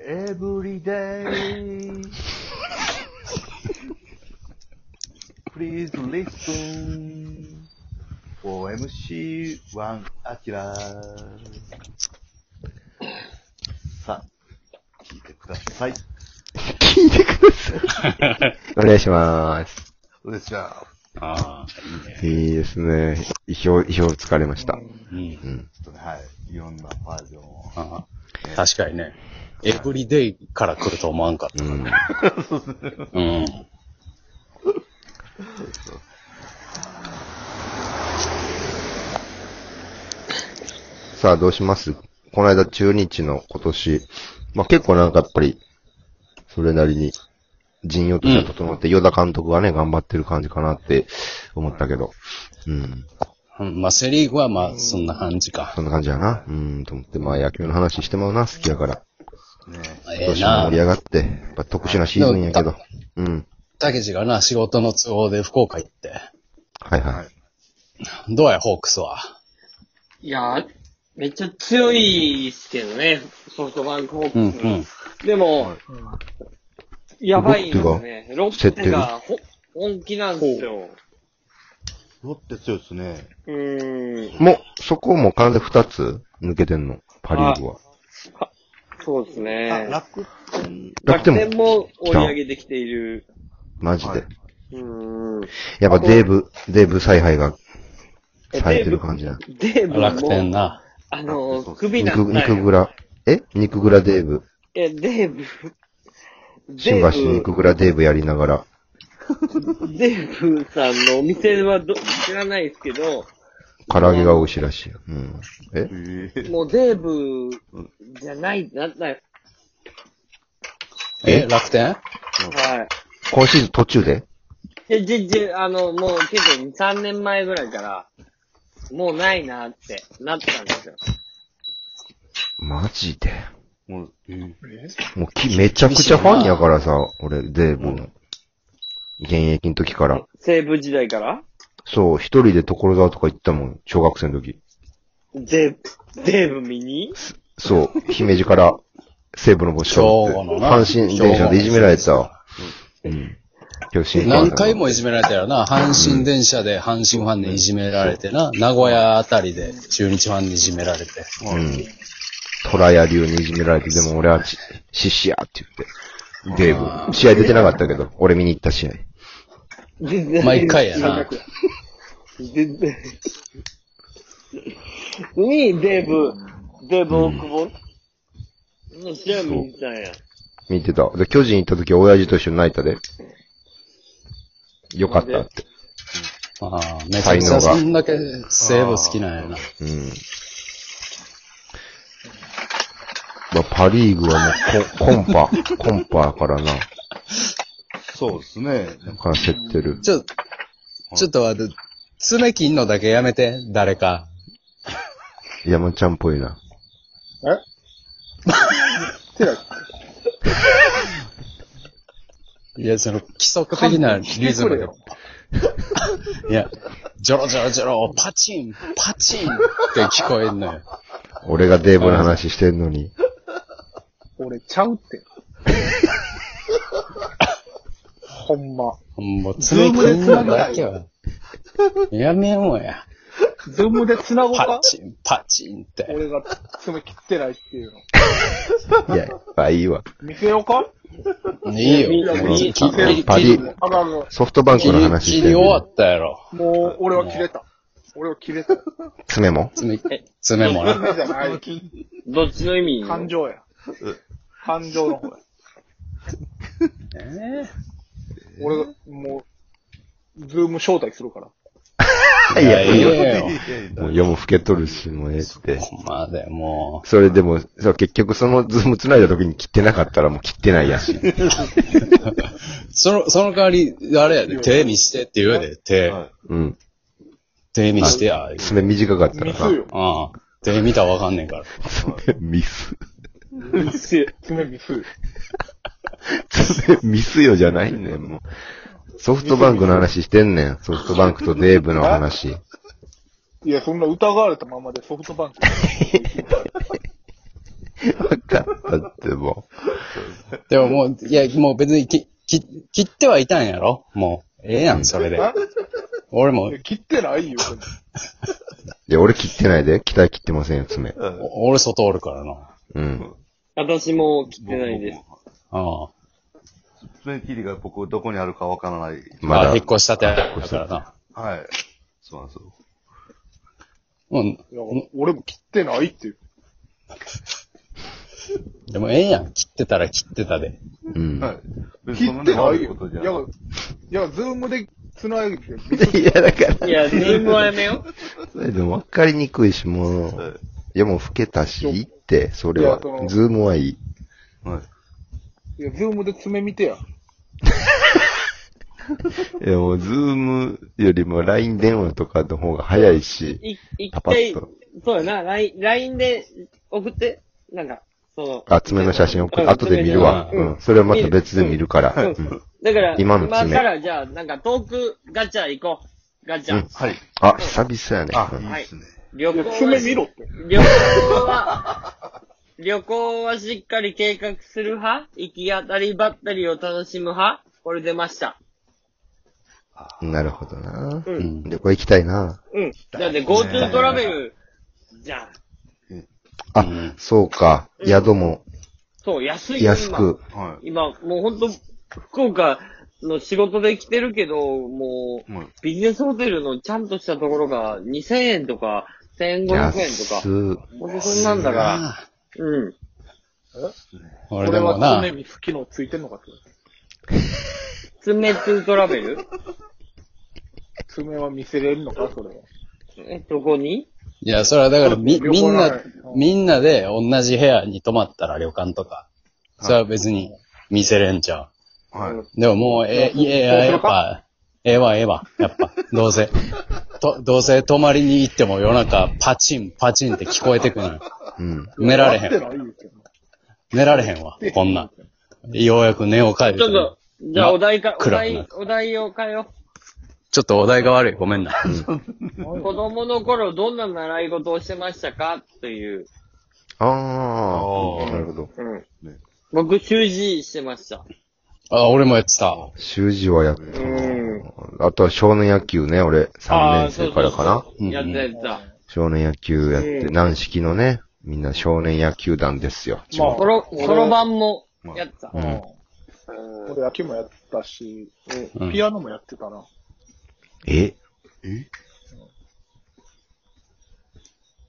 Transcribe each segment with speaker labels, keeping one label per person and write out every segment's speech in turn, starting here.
Speaker 1: エブリデイ。Please listen for MC1 アキラさあ、聞いてください。
Speaker 2: 聞いてください。 お願いします。
Speaker 1: どうでしょう
Speaker 3: ああ、いいね。
Speaker 2: いいですね。意表、意表疲れました。
Speaker 3: うん。
Speaker 2: うん。
Speaker 1: ちょっとね、はい。いろんなバージョンを。
Speaker 3: ああ確かにね。エブリデイから来ると思わんかっ
Speaker 2: う
Speaker 3: た。
Speaker 2: ん。
Speaker 3: うん。
Speaker 2: さあ、どうしますこの間、中日の今年、まあ、結構なんかやっぱり、それなりに、陣容としては整って、与田監督がね、頑張ってる感じかなって思ったけど、うん。
Speaker 3: うんまあ、セリーグはまあ、そんな感じか
Speaker 2: そ。んな感じやな。うん、と思って、まあ、野球の話してまうな、好きやから。
Speaker 1: ね。
Speaker 2: 今
Speaker 3: ええ
Speaker 2: 年も
Speaker 3: な
Speaker 2: 盛り上がって、やっぱ特殊なシーズンやけど。うん。
Speaker 3: たけしがな、仕事の都合で福岡行って。
Speaker 2: はいは。
Speaker 1: はい
Speaker 3: どうや、ホークスは。
Speaker 4: いや、めっちゃ強いっすけどね、ソフトバンクホークス。
Speaker 3: うん、うん。
Speaker 4: でも、
Speaker 1: は
Speaker 4: やばいんですよね。ロ
Speaker 2: ッ
Speaker 4: ッ
Speaker 2: テ
Speaker 4: テ
Speaker 2: が
Speaker 4: がほ本気なんですよ。
Speaker 1: ロッテ強いですね。
Speaker 4: うーん。
Speaker 2: もう、そこも体二つ抜けてんの、パリーグは。
Speaker 4: そうです
Speaker 1: あ、
Speaker 4: ね。
Speaker 1: 楽天、
Speaker 2: 楽天も
Speaker 4: 楽天も追い上げてきている。
Speaker 2: マジで。
Speaker 1: はい
Speaker 4: うんうん。
Speaker 2: やっぱデーブ、デーブ采配が
Speaker 4: え
Speaker 2: されてる感じな。
Speaker 4: デーブ
Speaker 3: 楽天
Speaker 4: も、
Speaker 3: な。
Speaker 4: あ
Speaker 1: 楽天そ
Speaker 4: の、
Speaker 1: う
Speaker 4: 首な
Speaker 2: 肉、
Speaker 4: った
Speaker 2: 肉グ
Speaker 4: よ。
Speaker 2: ラ、え肉グラデーブ。
Speaker 4: え、デーブ。
Speaker 2: 新
Speaker 4: デ
Speaker 2: 橋肉
Speaker 4: ー
Speaker 2: グラデーブやりながら。
Speaker 4: ブ、デーブさんのお店はど知らないですけど、
Speaker 2: 唐揚げが美味しいらしいよ。うん。え
Speaker 1: ええ
Speaker 4: もうデーブじゃないってなったよ。
Speaker 3: え、楽天
Speaker 4: はい。
Speaker 2: 今シーズン途中で
Speaker 4: で、じ、じ、あの、もう結構2、3年前ぐらいから、もうないなってなってたんですよ。
Speaker 2: マジで。
Speaker 1: もう、うん
Speaker 2: もうき、めちゃくちゃファンやからさ、俺、デーブの。現役の時から。
Speaker 4: 西武時代から
Speaker 2: そう、一人で所沢とか行ったもん、小学生の時。
Speaker 4: デーブ、デーブ見に
Speaker 2: そう、姫路から西部の墓地から
Speaker 3: 兵庫のな
Speaker 2: 阪神電車でいじめられたわ。うん。今日新幹線
Speaker 3: 何回もいじめられたよな。阪神電車で阪神ファンにいじめられてな。名古屋あたりで中日ファンにいじめられて。
Speaker 2: うん。トラや竜にいじめられて、でも俺はち、シッシやって言って。デーブ。試合出てなかったけど、俺見に行った試合。
Speaker 3: 毎回やな。
Speaker 4: で、で、に、デーブ、デーブ大久保、の試合見に行ったんや。
Speaker 2: 見てた。で、巨人行った時、親父と一緒に泣いたで。よかったって。
Speaker 3: ああ、めちゃくちゃそんだけ西武好きなんや
Speaker 2: う
Speaker 3: な。
Speaker 2: ん。まあ、パリーグはもうコ、コンパ、コンパやからな。
Speaker 1: そうですね。なんか
Speaker 2: から競ってる。
Speaker 3: ちょ、ちょっと待って、爪切んのだけやめて、誰か。
Speaker 2: 山ちゃんっぽいな。
Speaker 3: いや、その、規則的なリズムで。いや、ジョロジョロジョロ、パチン、パチンって聞こえんのよ。
Speaker 2: 俺がデーブの話してんの に。
Speaker 5: 俺ちゃうって。ほんま。
Speaker 3: もう爪切んのだけは。やめようや。
Speaker 5: ズームで繋ごう
Speaker 3: パ
Speaker 5: か
Speaker 3: チン、パチンって。
Speaker 5: 俺が爪切ってないっていうの。
Speaker 2: いや、まあいいわ。
Speaker 5: 見せようか
Speaker 3: いいよ。もう
Speaker 2: い
Speaker 3: 切
Speaker 2: い
Speaker 3: り切り
Speaker 2: パリ
Speaker 3: 切り
Speaker 5: あらあら、
Speaker 2: ソフトバンクの話
Speaker 3: 切
Speaker 2: して
Speaker 3: り終
Speaker 2: る。
Speaker 3: わったやろ。
Speaker 5: もう俺は切れた。俺は切れた。
Speaker 2: 爪も
Speaker 3: 爪、爪もな。
Speaker 5: 爪じゃない。
Speaker 4: どっちの意味
Speaker 5: 感情や。感情の方や。俺が、もう、ズーム招待するから。
Speaker 2: いや、いいよ。
Speaker 3: ええよ。
Speaker 2: もう夜も更けとるし、もうええって。
Speaker 3: ほんまで、も
Speaker 2: それでも、そう結局そのズーム繋いだ時に切ってなかったらもう切ってないやし。
Speaker 3: う、その、その代わり、あれやで、手見してって言うで、手、
Speaker 1: はい
Speaker 2: うん。
Speaker 3: 手見してや。
Speaker 2: 爪短かったら
Speaker 5: ミス
Speaker 2: さ。
Speaker 5: よ。
Speaker 3: ああ。手見たらわかんねえから。
Speaker 2: 爪ミス。
Speaker 5: ミス。爪ミス。
Speaker 2: 爪ミスよじゃないねん、もう。ソフトバンクの話してんねん。ソフトバンクとデーブの 話。
Speaker 5: いや、そんな疑われたままでソフトバンク。
Speaker 2: わかったってもう。
Speaker 3: でももう、いや、もう別にき、き、切ってはいたんやろもう、ええやん、それで。俺も
Speaker 5: いや、切ってないよ。
Speaker 2: いや、俺切ってないで。期待切ってませんよ、爪。
Speaker 1: うん
Speaker 3: お俺外おるからな。
Speaker 2: うん。
Speaker 4: 私も切ってないです。
Speaker 3: ああ。
Speaker 1: 爪切りが僕どこにあるかわからない。
Speaker 2: まだ
Speaker 3: あ、引っ越したてだからな。
Speaker 1: はい。そうなんですよ。
Speaker 3: うん。
Speaker 5: いや俺も切ってないっていう。
Speaker 3: でもええやん。切ってたら切ってたで。
Speaker 2: うん。
Speaker 1: はい。別に
Speaker 5: 切
Speaker 1: そん
Speaker 5: って
Speaker 1: な
Speaker 5: な
Speaker 1: 悪
Speaker 5: い
Speaker 1: い
Speaker 5: よ
Speaker 1: ことじ。ゃ
Speaker 5: い
Speaker 1: ない
Speaker 5: や、いや、ズームで繋いでる。
Speaker 2: いや、だから、
Speaker 4: いや、ズームはやめよう。
Speaker 2: それ でも分かりにくいし、も
Speaker 1: は
Speaker 2: う、いや、もう老けたし、いいって、それ
Speaker 5: い
Speaker 2: は
Speaker 5: やそ。の
Speaker 2: ズームはいい。
Speaker 1: い。はい。
Speaker 5: いや、ズームで爪見てや。
Speaker 2: いや、もう、ズームよりも LINE 電話とかの方が早いし、
Speaker 4: い、一
Speaker 2: パパ
Speaker 4: 回
Speaker 2: ッ、と。
Speaker 4: そうやな、ライン LINE で送って、なんか、その、
Speaker 2: あ、爪の写真送
Speaker 4: う
Speaker 2: る。
Speaker 4: ん
Speaker 2: 後で見るわ。
Speaker 3: 爪
Speaker 2: う
Speaker 4: の
Speaker 2: ん。それはまた別で見るから。
Speaker 4: うん
Speaker 2: うん
Speaker 4: だから、
Speaker 2: 今の爪
Speaker 4: からじゃあ、なんかトークガチャ行こう。ガチャ。
Speaker 2: うん
Speaker 1: はい。
Speaker 2: あ、久々やね。
Speaker 1: あ、
Speaker 2: う
Speaker 1: い
Speaker 2: ん
Speaker 1: いですね。
Speaker 4: 旅
Speaker 5: い
Speaker 4: 行
Speaker 5: や
Speaker 4: は
Speaker 5: 爪見ろって。
Speaker 4: 旅行は、旅行はしっかり計画する派行き当たりばったりを楽しむ派これ出ました。
Speaker 2: なるほどな。
Speaker 4: う。
Speaker 3: うんん。
Speaker 2: 旅行行きたいな。
Speaker 4: うん。だって GoTo トラベルじゃん。
Speaker 2: あ
Speaker 3: うん、
Speaker 2: そうか。
Speaker 4: うん
Speaker 2: 宿も
Speaker 4: そう、安いよ
Speaker 2: 安く。
Speaker 1: は
Speaker 4: 今、今もうほんと、福岡の仕事で来てるけど、もう、
Speaker 1: い。もう、
Speaker 4: ビジネスホテルのちゃんとしたところが2000円とか1500円とか。
Speaker 2: 安
Speaker 4: ほんとそんなんだから。
Speaker 3: ああ
Speaker 4: うん。
Speaker 3: 俺
Speaker 5: 俺
Speaker 3: でも
Speaker 5: は
Speaker 3: な
Speaker 5: 爪、見つ機能ついてんのかって。
Speaker 4: 爪2トラベル
Speaker 5: 爪は見せれるのかそれは。
Speaker 4: え、どこに
Speaker 3: いや、それはだからみ、
Speaker 5: 旅
Speaker 3: み
Speaker 5: 行
Speaker 3: んな
Speaker 5: なら、
Speaker 3: みんなで同じ部屋に泊まったら旅館とか、それは別に見せれんちゃ
Speaker 1: は
Speaker 3: う。でももう、え、いや、やっぱ、ええわ、ええわ、やっぱ、どうせ、 と、どうせ泊まりに行っても夜中、パチン、パチンって聞こえてくるの。
Speaker 2: うん。
Speaker 3: 寝られ
Speaker 5: 合
Speaker 3: へ
Speaker 5: って
Speaker 3: ん。
Speaker 5: ないよって。
Speaker 3: 寝られへんわ、こんなん。ようやく寝を変えて
Speaker 4: ちょっと、じゃあお題か、
Speaker 3: 暗
Speaker 4: お
Speaker 3: くな
Speaker 4: 題
Speaker 3: っ、
Speaker 4: お題を変えよ
Speaker 3: ちょっとお題が悪い。ごめんな。
Speaker 4: う。子供の頃どんな習い事をしてましたかという。
Speaker 2: あ
Speaker 1: あ
Speaker 2: あ、
Speaker 1: ー
Speaker 2: なるほど。
Speaker 4: うん
Speaker 1: ね。
Speaker 4: 僕、習字してました。
Speaker 3: あ、俺もやってた。
Speaker 2: 習字はやった
Speaker 4: う
Speaker 2: な。
Speaker 4: ん。
Speaker 2: あとは少年野球ね、俺、3年生からか
Speaker 4: あー
Speaker 2: な。
Speaker 4: そうそうそうやったやった。
Speaker 2: 少年野球やって、
Speaker 4: うん
Speaker 2: 軟式のね、みんな少年野球団ですよ。
Speaker 5: まあ
Speaker 4: そろ、そろばんもやってた
Speaker 2: う。ん。
Speaker 4: うん
Speaker 5: 俺野球もやったし、
Speaker 3: うん
Speaker 5: ピアノもやってたな。
Speaker 2: え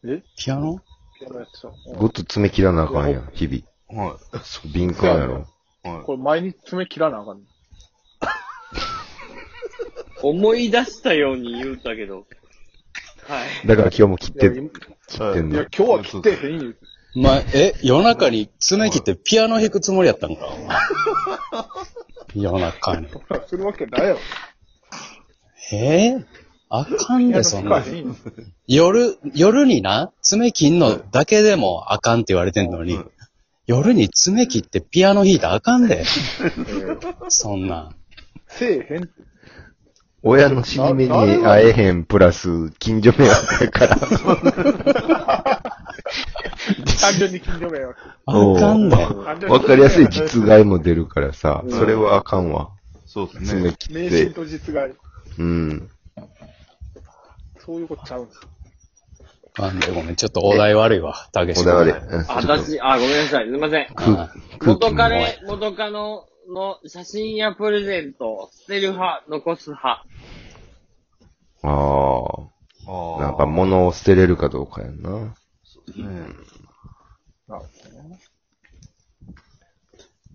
Speaker 5: え
Speaker 3: ピアノ
Speaker 5: ピアノやってた。うん
Speaker 2: ごっと爪切らなあかんやん、日々。
Speaker 1: い。は
Speaker 2: 敏感やろ。
Speaker 1: い。はい。
Speaker 5: これ毎日爪切らなあかんね。
Speaker 4: 思い出したように言うたけど。はい。
Speaker 2: だから今日も切っ
Speaker 5: いや、
Speaker 2: て、
Speaker 5: 今い
Speaker 2: 切ってん
Speaker 5: や
Speaker 2: の
Speaker 5: 今。日は切ってへんよ。
Speaker 3: まあ、え、夜中に爪切ってピアノ弾くつもりやったんか、お前夜中に。
Speaker 5: するわけないやろ。
Speaker 3: ええあかんで、そん
Speaker 5: いや
Speaker 3: な
Speaker 5: 切。らへんよ
Speaker 3: 夜、夜にな、爪切んのだけでもあかんって言われてんのに、夜に爪切ってピアノ弾いたらあかん で。そんな。
Speaker 5: せえへんって。
Speaker 2: 親の死に目に会えへん、プラス、近所迷惑やから。
Speaker 5: 単純に近所迷惑。
Speaker 3: あかんで。
Speaker 5: 単純に
Speaker 2: わかりやすい実害も出るからさ、それはあかんわ。
Speaker 1: そうです
Speaker 2: 爪
Speaker 1: ね。
Speaker 2: 切
Speaker 5: 迷
Speaker 2: っ
Speaker 5: 信
Speaker 2: て。
Speaker 5: と実害。
Speaker 2: うん。
Speaker 5: そういうことちゃうんですよ。
Speaker 3: あかんで、ごめん。ちょっとお題悪いわ、たけ
Speaker 2: こ
Speaker 3: し君。
Speaker 2: だわり。
Speaker 1: は
Speaker 2: うんちょ
Speaker 4: あ、
Speaker 2: っと
Speaker 4: 私、あ、ごめんなさい。すいません。
Speaker 2: 空空気
Speaker 4: 元
Speaker 2: も
Speaker 4: カ
Speaker 2: 怖い
Speaker 4: レ、元カノの写真やプレゼント、捨てる派、残す派。
Speaker 2: あ
Speaker 1: あ
Speaker 2: あ。
Speaker 1: あ。
Speaker 2: なんか物を捨てれるかどうかやんな。
Speaker 1: ね
Speaker 5: なるほどね。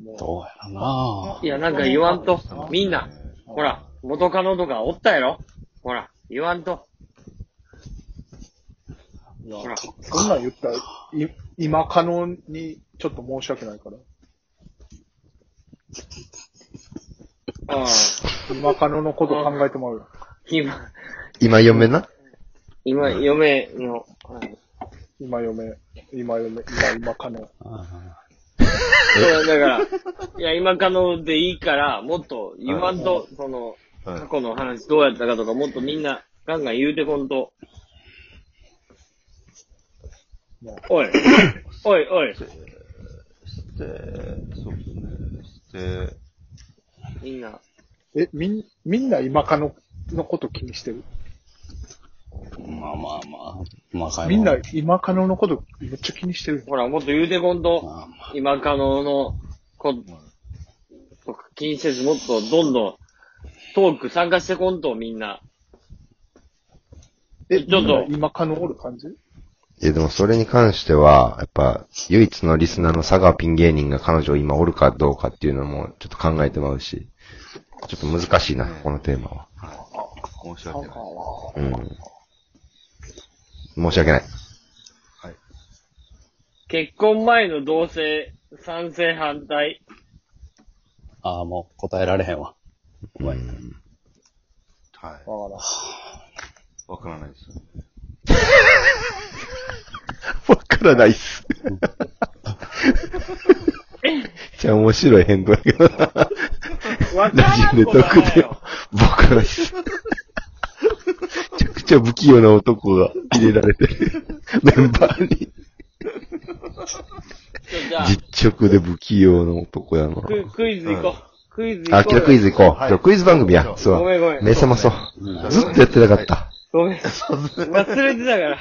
Speaker 5: も
Speaker 3: どうやろない
Speaker 4: や、なんか言わんと。みんな、ほら、元カノとかおったやろほら、言わんと。ほら、
Speaker 5: う、そんなん言ったら、い今可能にちょっと申し訳ないから。
Speaker 4: ああ、
Speaker 5: 今可能のこと考えてもらうよ。
Speaker 4: 今、
Speaker 2: 今嫁な
Speaker 4: 今、嫁の、はい
Speaker 5: 今嫁、今嫁、今、今可能。
Speaker 4: そうだから、いや、今可能でいいから、もっと言わんと、その、
Speaker 1: はい
Speaker 4: 過去の話どうやったかとか、もっとみんな、ガンガン言うてこんと。おい、おい、おい。
Speaker 1: で、そうでえ
Speaker 4: みんな。
Speaker 5: え、みん、みんな今かの、のこと気にしてる。
Speaker 3: まあまあまあ。まあ買い
Speaker 5: みん
Speaker 3: 物
Speaker 5: な今かののことめっちゃ気にしてる。
Speaker 4: ほら、もっと言うてこんと、
Speaker 3: まあまあ
Speaker 4: 今可能のことか気にせず、もっとどんどんトーク参加してこんと、みんな。
Speaker 5: え、
Speaker 4: ちょっと
Speaker 5: みんな今かのおる感じ
Speaker 2: いや、でもそれに関しては、やっぱ、唯一のリスナーの佐川ピン芸人が彼女今おるかどうかっていうのも、ちょっと考えてまうし、ちょっと難しいな、このテーマは。
Speaker 1: 申し
Speaker 5: なん
Speaker 1: 訳
Speaker 5: か
Speaker 1: ない。
Speaker 2: うん。申し訳ない。
Speaker 4: 結婚前の同性、賛成 反対。
Speaker 3: ああ、もう答えられへんわ。
Speaker 2: う
Speaker 3: ごめん
Speaker 2: ん。
Speaker 1: は
Speaker 5: わか
Speaker 1: い。
Speaker 5: らん
Speaker 1: わからないですよね。
Speaker 2: わからないっす。 じゃあ面白い変動やけどな。
Speaker 4: わか
Speaker 2: ラ
Speaker 4: ら
Speaker 2: ジ
Speaker 4: ん
Speaker 2: オで
Speaker 4: こと
Speaker 2: 特
Speaker 4: ない
Speaker 2: で
Speaker 4: よ。、
Speaker 2: 僕らです。めちゃくちゃ不器用な男が入れられてる。メンバーに。
Speaker 4: ちょじゃあ
Speaker 2: 実直で不器用な男やな。
Speaker 4: ククイズ行こう。クイズ
Speaker 2: あ、
Speaker 4: 行こう
Speaker 2: 今
Speaker 4: よ。
Speaker 2: 日クイズ行こう。
Speaker 1: はい
Speaker 2: 今日クイズ番組や。そ
Speaker 4: ご
Speaker 2: う。
Speaker 4: めんごめん。
Speaker 2: 目覚まそう。
Speaker 3: うん
Speaker 2: ずっとやってなかった。
Speaker 4: ごめん。忘れてたから。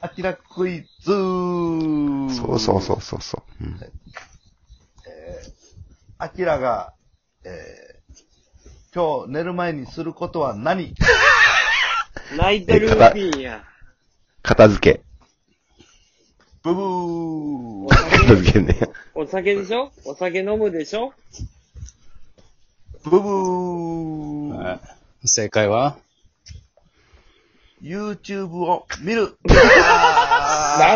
Speaker 1: アキラクイズー
Speaker 2: そうそうそうそうそう。うん
Speaker 1: アキラが、えー、今日寝る前にすることは何
Speaker 4: 泣いてる
Speaker 2: えかた
Speaker 4: ピンや。
Speaker 2: 片付け。
Speaker 1: ブブー
Speaker 2: 片付けね。
Speaker 4: お酒でしょお酒飲むでしょ
Speaker 1: ブブー
Speaker 3: はい正解は
Speaker 1: !YouTube を見る